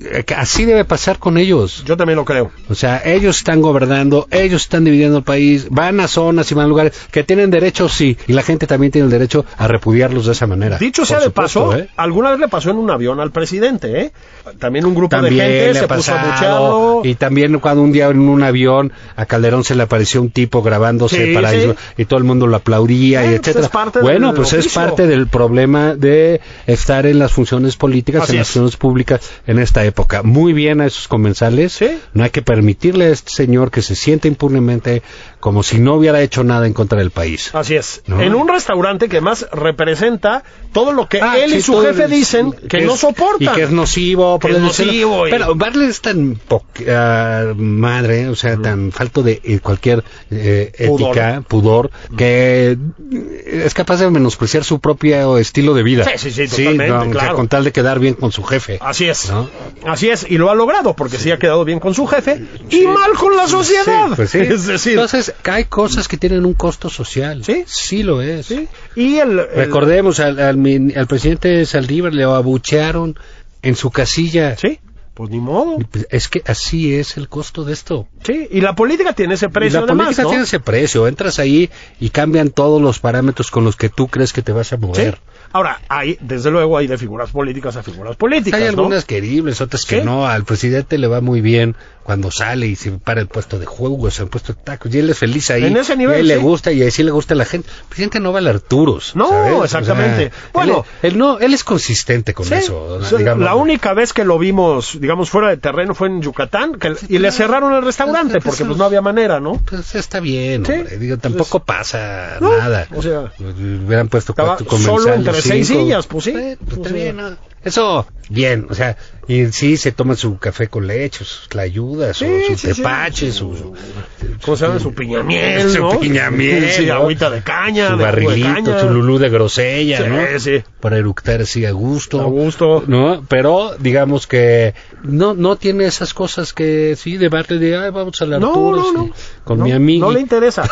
Eh, que Así debe pasar con ellos.
Yo también lo creo.
O sea, ellos están gobernando, ellos están dividiendo el país, van a zonas y van a lugares que tienen derecho, sí, y la gente también tiene el derecho a repudiarlos de esa manera.
Dicho
Por
sea
supuesto,
de paso,
¿eh?
alguna vez le pasó en un avión al presidente, ¿eh? También un grupo
También
de gente
le
se
ha pasado,
puso abucheado.
y también cuando un día en un avión a Calderón se le apareció un tipo grabándose
Sí,
para
sí.
eso, y todo el mundo lo aplaudía
Bueno,
y
pues
etcétera.
es parte
bueno,
del
pues es
oficio.
parte del problema de estar en las funciones políticas,
Así
en las
es.
funciones públicas en esta época. Muy bien a esos comensales,
Sí.
no hay que permitirle a este señor que se siente impunemente como si no hubiera hecho nada en contra del país.
Así es.
No.
En un restaurante que más representa todo lo que
Ah,
él
sí,
y su
todo
jefe
el-
dicen que,
es-
no soportan.
Y que es nocivo. por
Que es
decirlo.
nocivo y-
Pero Bartlett es tan po- ah, madre, o sea, tan falto de eh, cualquier eh,
Mm. Pudor.
ética, pudor, que es capaz de menospreciar su propio estilo de vida.
Sí, sí, sí, totalmente,
o sea,
claro.
con tal de quedar bien con su jefe.
Así es.
¿No?
Así es. Y lo ha logrado porque sí, ha quedado bien con su jefe y mal con la sociedad.
Sí, pues sí.
Es decir,
Entonces, hay cosas que tienen un costo social.
Sí.
Sí lo es.
y el, el-
Recordemos, al, al min- al presidente Saldívar le abuchearon en su casilla.
Sí, pues ni modo.
Pues Es que así es el costo de esto.
Sí, y la política tiene ese precio
la
además,
política
¿no?
tiene ese precio. Entras ahí y cambian todos los parámetros con los que tú crees que te vas a mover.
Sí. Ahora, hay, desde luego, hay de figuras políticas a figuras políticas,
Hay
¿no?
algunas queribles, otras que
Sí.
no. Al presidente le va muy bien cuando sale y se para el puesto de juegos, el puesto de tacos. Y él es feliz ahí.
En ese
y
nivel,
a él le
sí.
gusta y así le gusta a la gente. El presidente no va al Arturos.
No,
¿sabes? O
exactamente.
él-
Bueno.
él, no, él es consistente con
Sí.
eso.
O sea,
digamos.
La única vez que lo vimos, digamos, fuera de terreno fue en Yucatán que- y le cerraron el restaurante porque pues no había manera, ¿no?
Pues está bien,
Sí. Pues,
hombre. Digo, tampoco pasa
No,
nada.
o sea,
hubieran puesto
estaba
cuatro
solo
comensales,
entre seis
cinco.
sillas, pues sí.
Eh, pues
O
está
sea.
bien, ¿no? Eso, bien, o sea, y sí se toma su café con leche, sus tlayudas, su,
Sí,
su
sí, sí.
tepache, su, su,
¿Cómo se llama? Su piñamiel,
Su
¿no?
piñamiel,
Sí,
¿no?
agüita de caña, de jugo de
barrilito,
caña.
su lulú de grosella,
Sí,
¿no?
sí.
Para eructar así a gusto.
A gusto.
¿No? Pero digamos que no no tiene esas cosas que sí de Bartlett de, "Ay, vamos a la
No,
Arturo,
no,
sí,
no.
con
no,
mi amigo.
No le interesa.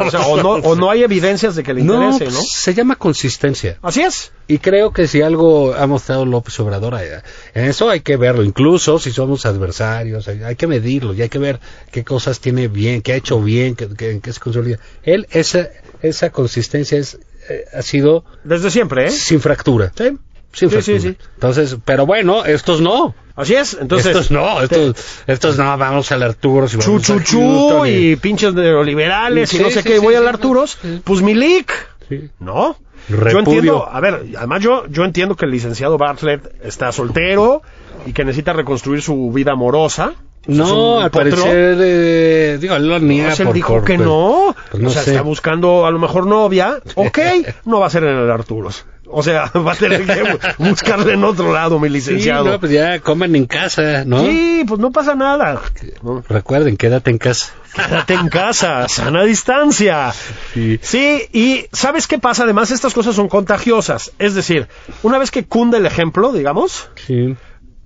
O, sea, o, no, o no hay evidencias de que le interese, ¿no?
pues, se llama consistencia.
Así es.
Y creo que si algo ha mostrado López Obrador, eh, en eso hay que verlo, incluso si somos adversarios, hay hay que medirlo y hay que ver qué cosas tiene bien, qué ha hecho bien, qué, qué- en qué se consolida. Él, esa, esa consistencia es, eh, ha sido
Desde siempre, ¿eh?
sin fractura.
Sí.
Sin
Sí, sí,
fractura.
sí.
Entonces, pero bueno, estos no.
Así es. Entonces, eh,
estos no, estos, estos no, vamos al Arturo. Si
chu,
vamos
chu,
a
chu
Houston
y pinches neoliberales
Sí,
y no sé
sí,
qué, y
sí,
voy
sí,
al
sí.
Arturos,
Sí.
pues Milik.
Sí.
No. Yo
Repudio.
entiendo, a ver, además yo, yo entiendo que el licenciado Bartlett está soltero y que necesita reconstruir su vida amorosa. Es
No,
pues un
al
potro.
parecer, eh, digo, él lo niega
Pues él
por-
dijo
por-
que
pues-
no.
pues no
o sea,
sé.
está buscando a lo mejor novia. Ok, no va a ser en el Arturos. O sea, va a tener que bu- buscarle en otro lado, mi
Sí,
licenciado.
no, pues ya comen en casa, ¿no?
Sí, pues no pasa nada. No,
Recuerden, quédate en casa.
Quédate en casa, sana distancia.
Sí.
Sí, y ¿sabes qué pasa? Además, estas cosas son contagiosas. Es decir, una vez que cunde el ejemplo, digamos,
Sí.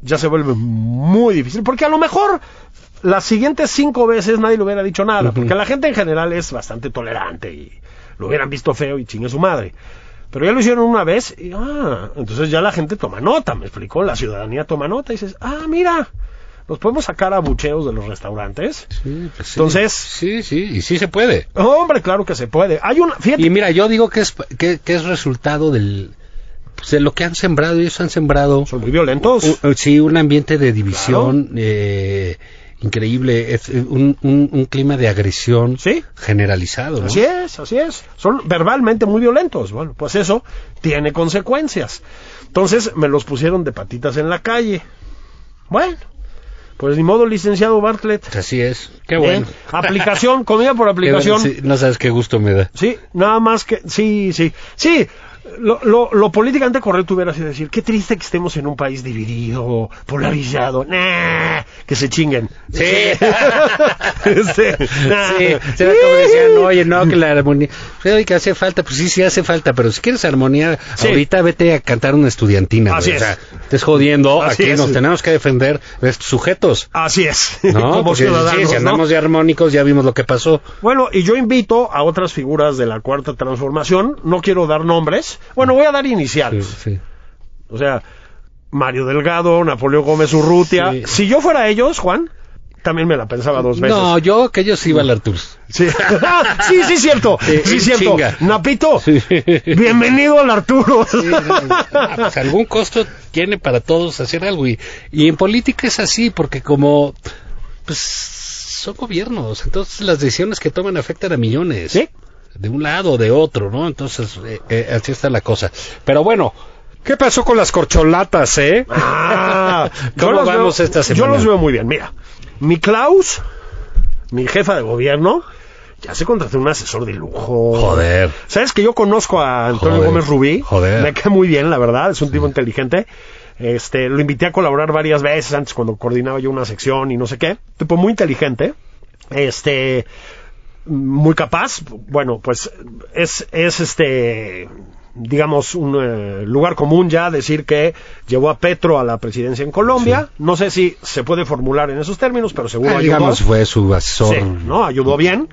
ya se vuelve muy difícil. Porque a lo mejor las siguientes cinco veces nadie le hubiera dicho nada. Porque la gente en general es bastante tolerante y lo hubieran visto feo y chingue su madre. Pero ya lo hicieron una vez y, ah, entonces ya la gente toma nota, me explicó. La ciudadanía toma nota y dices, ah, mira, nos podemos sacar a bucheos de los restaurantes.
pues sí.
Entonces-
Sí, sí, y sí se puede.
Hombre, claro que se puede. Hay una, fíjate,
Y mira, yo digo que es, que, que es resultado del, pues, de lo que han sembrado. Ellos han sembrado,
son muy violentos.
u- u- sí, un ambiente de división eh, increíble. Es eh, un, un- un clima de agresión
Sí.
generalizado. ¿no?
Así es, así es. Son verbalmente muy violentos. Bueno, pues eso tiene consecuencias. Entonces me los pusieron de patitas en la calle. Bueno, pues ni modo, licenciado Bartlett.
Así es. Qué bueno.
¿Eh? Aplicación, comida por
Qué bueno,
aplicación.
sí, no sabes qué gusto me da.
Sí, nada más que. Sí, sí. Sí, lo, lo, lo políticamente correcto hubiera sido decir: qué triste que estemos en un país dividido, polarizado. Nah, que se chinguen.
Sí.
Este, nah.
Sí, se ve como decían, oye, no, que la armonía. Oye, que hace falta, pues sí, sí hace falta, pero si quieres armonía,
Sí.
ahorita vete a cantar una estudiantina. güey.
Así es.
O sea, estés jodiendo,
Así
aquí
es.
nos tenemos que defender de estos sujetos.
Así es.
¿No?
Como
Porque,
ciudadanos.
sí, si
¿no?
andamos de armónicos, ya vimos lo que pasó.
Bueno, y yo invito a otras figuras de la cuarta transformación, no quiero dar nombres, bueno, voy a dar
Sí,
iniciales,
sí.
o sea, Mario Delgado, Napoleón Gómez Urrutia,
Sí.
si yo fuera ellos, Juan, también me la pensaba dos veces.
No, yo que ellos iban al Arturs.
Sí, sí, sí, cierto,
Sí,
sí, cierto.
chinga.
Napito, bienvenido al Arturo.
Ah, pues algún costo tiene para todos hacer algo. Y, y en política es así, porque como pues son gobiernos, entonces las decisiones que toman afectan a millones.
Sí.
De un lado o de otro, ¿no? Entonces, eh, eh, así está la cosa. Pero bueno, ¿qué pasó con las corcholatas, eh?
Ah, yo
¿Cómo
los
vamos
veo-
esta semana?
Yo los veo muy bien. Mira, mi Klaus, mi jefa de gobierno, ya se contrató un asesor de lujo.
Joder.
¿Sabes que yo conozco a Antonio
Joder.
Gómez Rubí?
Joder.
Me cae muy bien, la verdad. Es un tipo inteligente. Este, lo invité a colaborar varias veces antes cuando coordinaba yo una sección y no sé qué. Tipo muy inteligente. Este, muy capaz. Bueno, pues es, es este, digamos, un eh, lugar común ya decir que llevó a Petro a la presidencia en Colombia. No sé si se puede formular en esos términos, pero seguro
Ah,
ayudó.
digamos, fue su asesor
Sí, ¿no? Ayudó bien.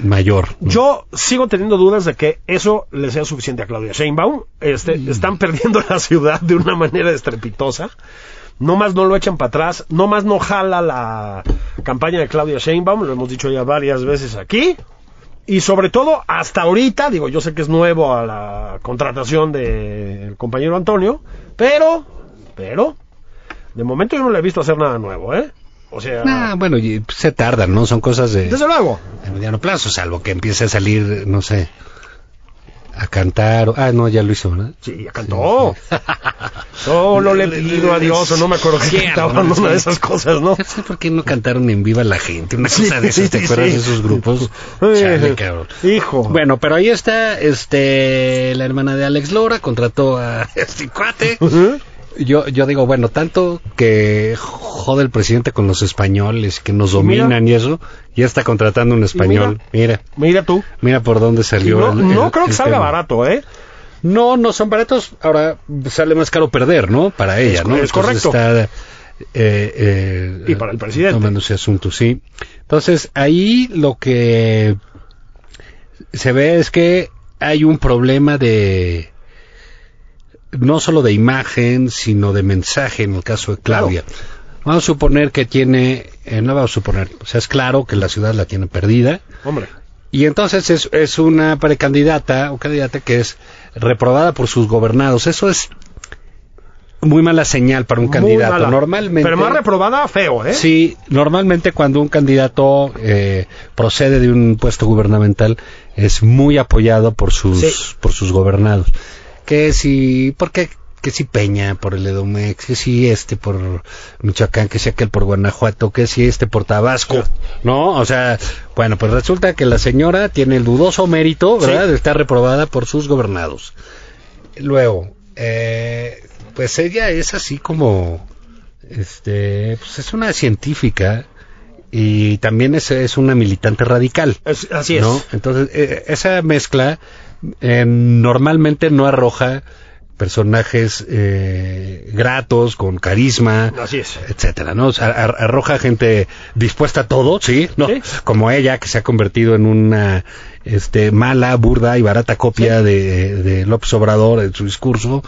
mayor.
Yo sigo teniendo dudas de que eso le sea suficiente a Claudia Sheinbaum. Este, Están perdiendo la ciudad de una manera estrepitosa. No más no lo echan para atrás. No más no jala la campaña de Claudia Sheinbaum. Lo hemos dicho ya varias veces aquí. Y sobre todo, hasta ahorita, digo, yo sé que es nuevo a la contratación del compañero Antonio, pero, pero, de momento yo no le he visto hacer nada nuevo, ¿eh? O sea,
Ah, bueno, y, pues, se tardan, ¿no? Son cosas de...
desde luego.
a mediano plazo, salvo que empiece a salir, no sé, a cantar. o- Ah, no, ya lo hizo, ¿verdad?
Sí, ya cantó. Solo le he pedido a Dios, o no me acuerdo si
Cierto,
cantaban
¿no?
una de esas cosas, ¿no?
No sé por qué no cantaron en viva la gente, una
Sí,
cosa de esas, ¿te
sí,
acuerdas
sí.
de esos grupos? Chale, cabrón.
Hijo.
Bueno, pero ahí está, este, la hermana de Alex Lora contrató a este cuate.
Ujú.
Yo, yo digo, bueno, tanto que jode el presidente con los españoles, que nos
Y mira.
dominan y eso, ya está contratando un español. Mira,
Mira tú.
mira, por dónde salió.
No,
el- el-
no creo que
el
salga
tema.
barato, ¿eh?
No, no son baratos. Ahora sale más caro perder, ¿no? Para ella,
Es-
¿no?
es
Entonces
correcto.
está, eh, eh,
Y para el presidente.
Tomándose asunto, sí. Entonces, ahí lo que se ve es que hay un problema de. No solo de imagen, sino de mensaje en el caso de Claudia. Vamos a suponer que tiene. eh, no vamos a suponer. O sea, es claro que la ciudad la tiene perdida.
Hombre.
Y entonces es, es una precandidata o candidata que es reprobada por sus gobernados. Eso es muy mala señal para un
muy
candidato.
mala.
Normalmente.
Pero más reprobada, feo, ¿eh?
Sí, normalmente cuando un candidato eh, procede de un puesto gubernamental es muy apoyado por sus
Sí.
por sus gobernados. Que si porque que si Peña por el Edomex, que si este por Michoacán, que si aquel por Guanajuato, que si este por Tabasco, ¿no? O sea, bueno, pues resulta que la señora tiene el dudoso mérito, ¿verdad?
Sí.
De estar reprobada por sus gobernados. Luego, eh, pues ella es así como, este, pues es una científica y también es, es una militante radical.
Es- así es.
¿no? Entonces, eh, esa mezcla eh, normalmente no arroja personajes eh, gratos, con carisma,
Así es.
etcétera, ¿no? O sea, ar- arroja gente dispuesta a todo, ¿sí? ¿No?
Sí.
Como ella, que se ha convertido en una este, mala, burda y barata copia de, de López Obrador en su discurso,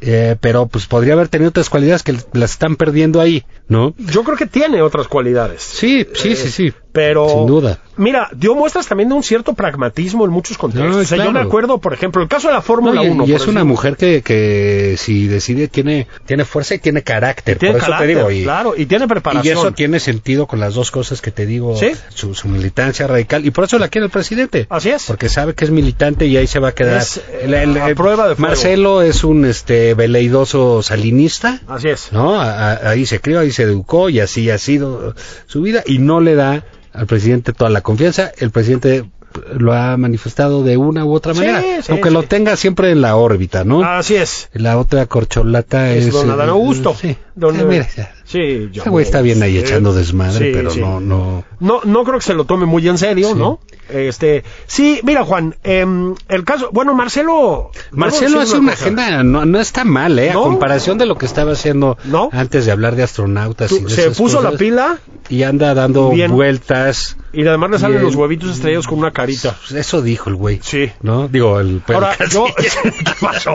eh, pero pues podría haber tenido otras cualidades que las están perdiendo ahí, ¿no?
Yo creo que tiene otras cualidades.
Sí, sí, sí, sí.
Pero.
Sin duda.
Mira, dio muestras también de un cierto pragmatismo en muchos contextos.
No,
O sea, yo
claro.
me acuerdo, por ejemplo, el caso de la
No,
Fórmula
y,
1.
y
por
es una
ejemplo.
mujer que, que si decide tiene, tiene fuerza y tiene carácter,
Tiene
por eso
carácter,
te digo. Y,
claro, y tiene
y
preparación.
eso tiene sentido con las dos cosas que te digo,
Sí.
su, su militancia radical, y por eso la quiere el presidente.
Así es.
Porque sabe que es militante y ahí se va a quedar.
Es, eh, a prueba de fuego.
Marcelo es un este veleidoso salinista.
Así es.
¿no? A- a- ahí se crió, ahí se educó y así ha sido su vida y no le da al presidente toda la confianza. El presidente lo ha manifestado de una u otra
Sí,
manera,
sí,
aunque
sí.
lo tenga siempre en la órbita, ¿no?
Así es.
La otra corcholata es,
Es don
eh,
Adán Augusto.
Sí.
Don-
Ah, mira, ya.
Sí, yo-
Ese güey está bien ahí
sí.
echando desmadre,
Sí,
pero
sí.
no, no.
No, no creo que se lo tome muy en serio, ¿no? Este, sí, mira, Juan, em, el caso, bueno, Marcelo.
Marcelo
debo decir
hace una
cosa.
agenda, no, no está mal, ¿eh?
No.
A comparación de lo que estaba haciendo
No.
antes de hablar de astronautas. y
Tú-
de
Se
esas
puso la
cosas,
pila
Y anda dando
Bien.
vueltas.
y además le salen
Bien.
los huevitos estrellados con una carita.
Pues Eso dijo el güey.
Sí.
¿No? Digo, el. pero
Ahora,
casi-
yo. ¿Qué pasó?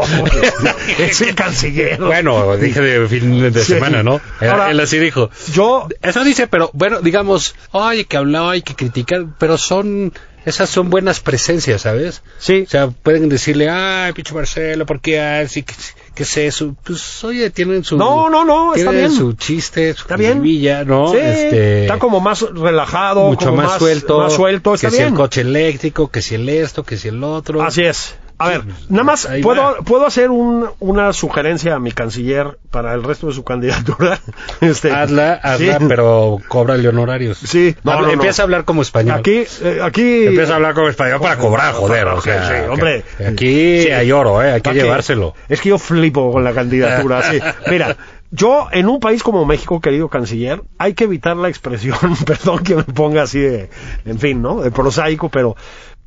es el canciller.
Bueno, dije de fin de
Sí.
semana, ¿no? Él,
Ahora-
él así dijo.
Yo.
Eso dice, pero bueno, digamos, hay que hablar, hay que criticar, pero son. Esas son buenas presencias, ¿sabes?
Sí.
O sea, pueden decirle, ay, pinche Marcelo, ¿por qué Ah, así? ¿Qué, qué es eso? Pues, oye, tienen su.
No, no, no, está
tienen
bien.
su chiste, su
Está bien.
jiribilla, ¿no?
Sí,
Este,
está como más relajado,
mucho
como
más, suelto.
más suelto, está
que si
bien.
el coche eléctrico, que si el esto, que si el otro.
Así es. A ver,
pues,
nada más,
ahí
¿puedo,
va.
¿puedo hacer un- una sugerencia a mi canciller para el resto de su candidatura? Este,
Hazla, hazla,
sí.
pero cóbrale honorarios.
Sí. No,
Habla-
no, no.
Empieza a hablar como español.
Aquí, eh, aquí...
Empieza a hablar como español para cobrar, joder. O sea,
Sí,
que-
hombre.
Aquí
Sí.
hay oro, ¿eh? Hay que
¿Para qué?
llevárselo.
Es que yo flipo con la candidatura. sí. Mira, yo en un país como México, querido canciller, hay que evitar la expresión, perdón que me ponga así de, en fin, ¿no? De prosaico, pero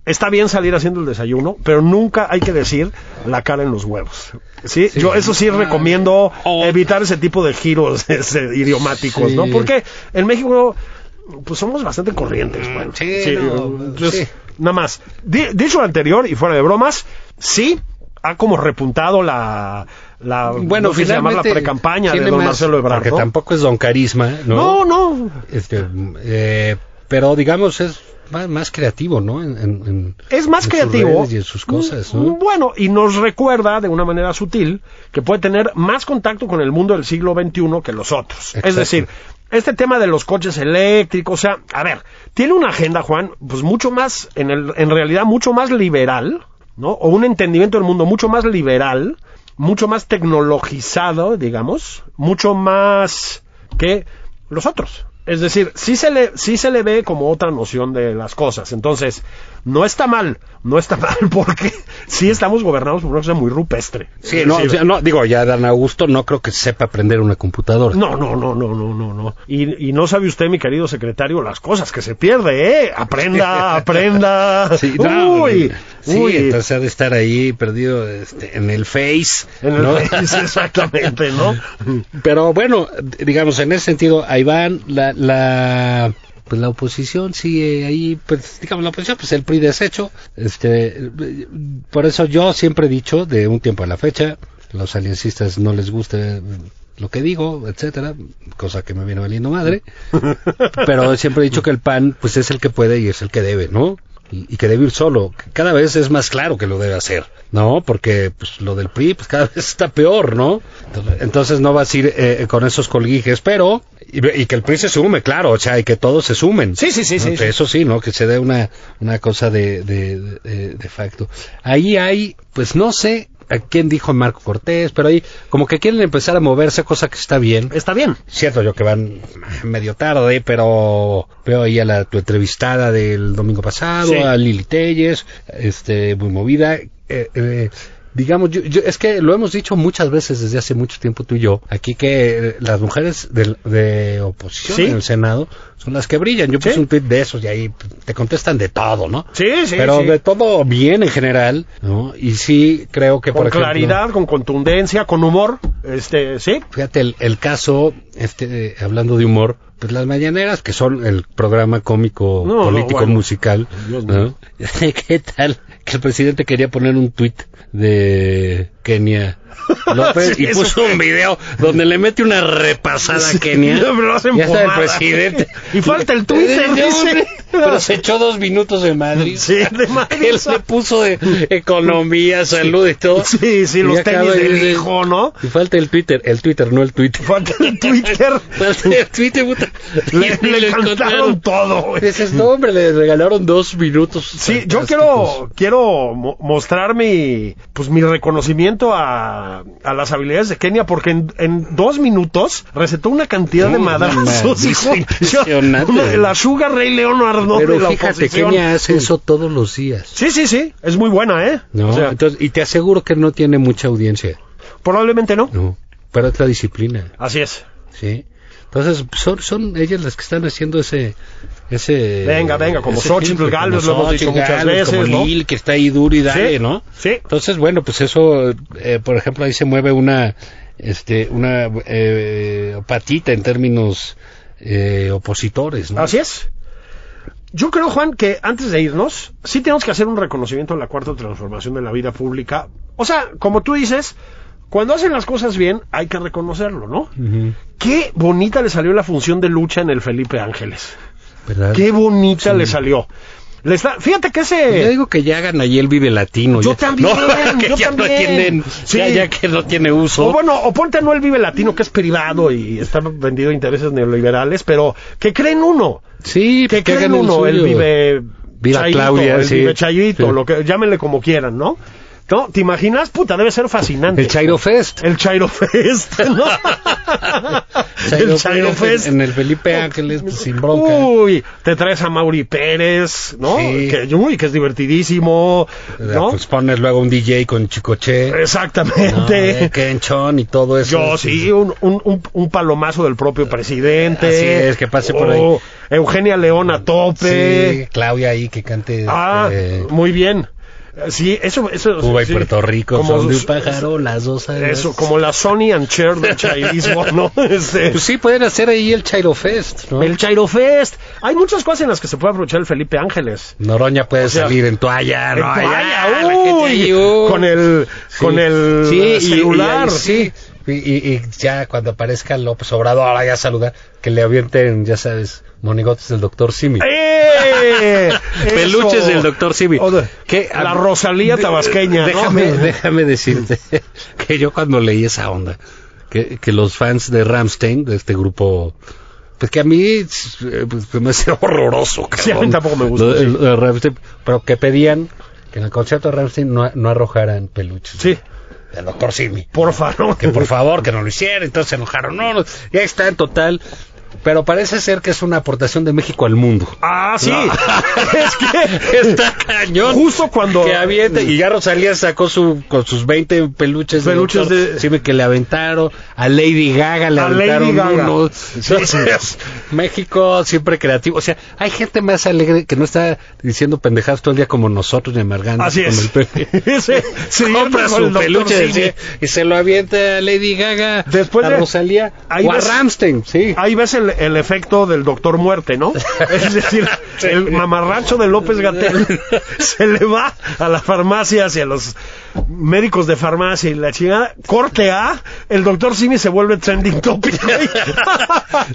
está bien salir haciendo el desayuno, pero nunca hay que decir la cara en los huevos. Sí, yo eso sí recomiendo
Ah.
evitar ese tipo de giros ese, idiomáticos,
Oh. Sí.
¿no? Porque en México, pues somos bastante corrientes, bueno.
sí, no,
entonces,
sí.
Nada más. Di- dicho lo anterior y fuera de bromas, sí ha como repuntado la, la
Bueno,
no sé si
finalmente.
llamarla pre-campaña de
tiene
don
más,
Marcelo Ebrard.
Porque
¿no?
tampoco es don Carisma, ¿no?
no, no.
Este, eh, pero digamos, es más, más creativo, ¿no? En- en- en-
Es más
en sus
creativo.
redes y en sus cosas, ¿no?
Mm, Bueno, y nos recuerda de una manera sutil que puede tener más contacto con el mundo del siglo XXI que los otros. Es
Exacto.
decir, este tema de los coches eléctricos, o sea, a ver, tiene una agenda, Juan, pues mucho más, en, el, en realidad, mucho más liberal, ¿no? O un entendimiento del mundo mucho más liberal, mucho más tecnologizado, digamos, mucho más que los otros. Es decir, sí se le, sí se le ve como otra noción de las cosas. Entonces, no está mal, no está mal porque sí estamos gobernados por una cosa muy rupestre.
Sí, no, o sea, no, digo, ya Dan Augusto no creo que sepa aprender una computadora.
No, no, no, no, no, no, no. Y, y no sabe usted, mi querido secretario, las cosas que se pierde, ¿eh? Aprenda, aprenda.
Sí, no,
uy,
sí,
uy.
entonces ha de estar ahí perdido este, en el Face.
En el
¿no?
país, exactamente, ¿no?
Pero bueno, d- digamos, en ese sentido, ahí van la... la pues la oposición sigue ahí, pues digamos la oposición, pues el PRI deshecho, este, por eso yo siempre he dicho de un tiempo a la fecha, los aliancistas no les gusta lo que digo, etcétera, cosa que me viene valiendo madre, pero siempre he dicho que el PAN pues es el que puede y es el que debe, ¿no? Y, y que debe ir solo. Cada vez es más claro que lo debe hacer, ¿no? Porque pues, lo del PRI pues, cada vez está peor, ¿no? Entonces no vas a ir eh, con esos colguijes, pero... Y, y que el PRI se sume, claro, o sea, y que todos se sumen.
Sí, sí, sí,
¿no?
sí, sí.
Eso sí, ¿no? Que se dé una, una cosa de, de, de- de facto. Ahí hay, pues no sé a quién dijo Marco Cortés, pero ahí como que quieren empezar a moverse, cosa que está bien.
Está bien.
Cierto yo que van medio tarde, pero veo ahí a la tu entrevistada del domingo pasado,
Sí.
a Lili Telles, este, muy movida. Eh, eh, digamos, yo, yo- es que lo hemos dicho muchas veces desde hace mucho tiempo tú y yo, aquí que eh, las mujeres del- de, oposición
Sí.
en el Senado son las que brillan. Yo puse
Sí.
un tweet de esos y ahí te contestan de todo, ¿no?
Sí, sí,
Pero
sí.
de todo bien en general, ¿no? Y sí creo que,
Con
por ejemplo...
claridad, con contundencia, con humor. Este, sí.
Fíjate, el, el caso, este, eh, hablando de humor, pues, Pues las mañaneras, que son el programa cómico,
No, no,
político,
bueno.
musical.
Dios
¿no? ¿Qué tal? Que el presidente quería poner un tuit de Kenia López
Sí,
y
eso
puso un video donde le mete una repasada a Kenia.
No, pero lo hacen
ya está el
pomada.
presidente.
Y falta el Twitter,
No, hombre,
dice.
Pero se echó dos minutos de Madrid.
Sí, de Madrid.
Él se puso de economía, salud y todo.
Sí, sí,
Y
los
acaba
tenis
y
del
dice-
hijo, ¿no?
Y falta el Twitter, el Twitter, no el Twitter.
Falta el Twitter.
Falta el Twitter, puta.
Le,
Pues, Y
le
lo
cantaron
encontraron.
todo, güey.
Dices, no, hombre, le regalaron dos minutos.
Sí,
fantásticos.
yo
pues.
quiero, quiero mo- mostrar mi, pues, mi reconocimiento a, a las habilidades de Kenia, porque en, en dos minutos recetó una cantidad de
No,
madrazos,
no,
hijo.
impresionante.
Yo- una- la Sugar Rey Leonard, ¿no? de
Pero
la
fíjate,
oposición.
Kenia hace eso todos los días.
Sí, sí, sí, es muy buena, ¿eh?
¿no?
O sea,
Entonces, y te aseguro que no tiene mucha audiencia.
probablemente no.
No, para otra disciplina.
Así es.
Sí. Entonces, son, son ellas las que están haciendo ese. ese
Venga, venga, como
ese
Xochitl
filtro,
Gálvez,
como
lo hemos dicho
Xochitl
muchas
Gálvez,
veces,
Como
¿no?
Lil, que está ahí duro y dale,
Sí,
¿no?
sí.
Entonces, bueno, pues eso, eh, por ejemplo, ahí se mueve una este una eh, patita en términos eh, opositores, ¿no?
Así es. Yo creo, Juan, que antes de irnos, sí tenemos que hacer un reconocimiento a la cuarta transformación de la vida pública. O sea, como tú dices, cuando hacen las cosas bien, hay que reconocerlo, ¿no? Qué bonita le salió la función de lucha en el Felipe Ángeles.
¿Verdad?
Qué bonita le salió. Le está- Fíjate que
Yo
ese...
digo que ya hagan ahí el Vive Latino.
Yo
ya.
también,
No, que
yo
ya
también.
no tienen,
Sí.
ya, ya que no tiene uso.
O bueno, o ponte a Noel Vive Latino, que es privado y está vendido a intereses neoliberales, pero que creen uno.
sí,
que
que
creen
hagan el
uno, el
suyo.
vive
Viva Claudia,
el
sí.
vive Chayito,
Sí.
lo que llámenle como quieran, ¿no? ¿No? ¿Te imaginas? Puta, debe ser fascinante.
El Chairo Fest.
El Chairo Fest, ¿no? el Chairo Fest. Uh,
En, en el Felipe Ángeles, pues, sin bronca.
Uy, te traes a Mauri Pérez, ¿no?
Sí.
Que, uy, que es divertidísimo, ¿no?
Pues pones luego un DJ con Chicoche. ¿no?
Exactamente.
Eh, Kenchon y todo eso.
Yo sí, un, un- un- un palomazo del propio presidente.
Así es, que pase por
Oh, Eugenia León a tope.
Sí, Claudia ahí que cante.
Ah,
eh,
muy bien. Eh, Sí, eso, eso.
Cuba y
sí.
Puerto Rico,
Como
son de
sus-
un pájaro, las dos alas.
Eso, como la Sony and Cher del chairismo, ¿no? Este,
Pues sí, pueden hacer ahí el Chairo Fest, ¿no?
el Chairo Fest. Hay muchas cosas en las que se puede aprovechar el Felipe Ángeles.
Noroña puede
sea,
salir en toalla,
En
Ah, ¿no?
toalla,
Allá, la gente
uy,
ahí, uy.
con el,
Sí.
con el
Sí, y- y-
celular.
y- sí. Y, y- y ya cuando aparezca López Obrador, ahora ya saludar, que le avienten, ya sabes, monigotes del doctor Simi.
¡Eh!
Peluches
Eso.
del doctor Simi.
O de-
Que-
la Rosalía
de-
tabasqueña, ¿no?
Déjame, déjame decirte que yo cuando leí esa onda, que, que los fans de Ramstein, de este grupo, pues que a mí eh, pues, me hace horroroso.
Sí, a mí
cabrón.
tampoco me gusta,
Lo-
sí.
lo de Rammstein, pero que pedían que en el concierto de Ramstein no, no arrojaran peluches.
Sí,
Del doctor Simi
porfa, ¿no?
que por favor que no lo hiciera, entonces se enojaron, no, no, ya está en total, pero parece ser que es una aportación de México al mundo.
Ah, sí. es que
Está cañón.
Justo cuando-
que avienta y ya Rosalía sacó su con sus 20 peluches,
Peluches
doctor
de-
Simi que le aventaron a Lady Gaga le
A Lady
aventaron
Gaga.
uno.
Sí.
Entonces, México siempre creativo, o sea, hay gente más alegre que no está diciendo pendejadas todo el día como nosotros ni amargando
Así es. Ese- se
compra
divierten con
su
el Dr.
peluche del
Simi.
Simi y se lo avienta a Lady Gaga,
Después
a
de-
Rosalía
ahí
o a
ves-
Ramstein, sí.
Ahí ves el, el efecto del doctor muerte, ¿no? Es decir, el mamarracho de López Gatel se le va a las farmacias y a los médicos de farmacia y la chingada. Corte A, el doctor Simi se vuelve trending topic. güey.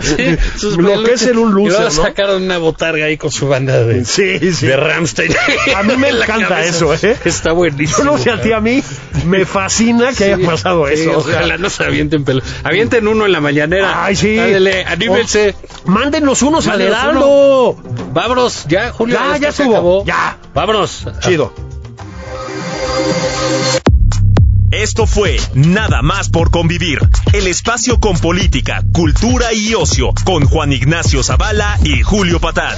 Sí, sus
Lo que es
peluches.
ser un
Y
loser,
luego
¿no?
sacaron una botarga ahí con su banda de,
Sí, sí.
de Ramstein.
A mí me
En la
encanta
cabeza.
eso, ¿eh?
Está
Yo
buenísimo.
no sé a ti, a mí me fascina que haya pasado
Sí,
eso. o sea.
ojalá no se avienten pelo. Avienten uno en la mañanera.
Ay, sí. Oh.
Ándele, anímense.
Mándenlos unos al
Mándenos
Heraldo.
Vámonos, ya, Julio.
Ya,
esto
ya
se
estuvo,
acabó.
ya.
Vámonos.
Chido.
Esto fue Nada más por convivir, el espacio con política, cultura y ocio, con Juan Ignacio Zavala y Julio Patal.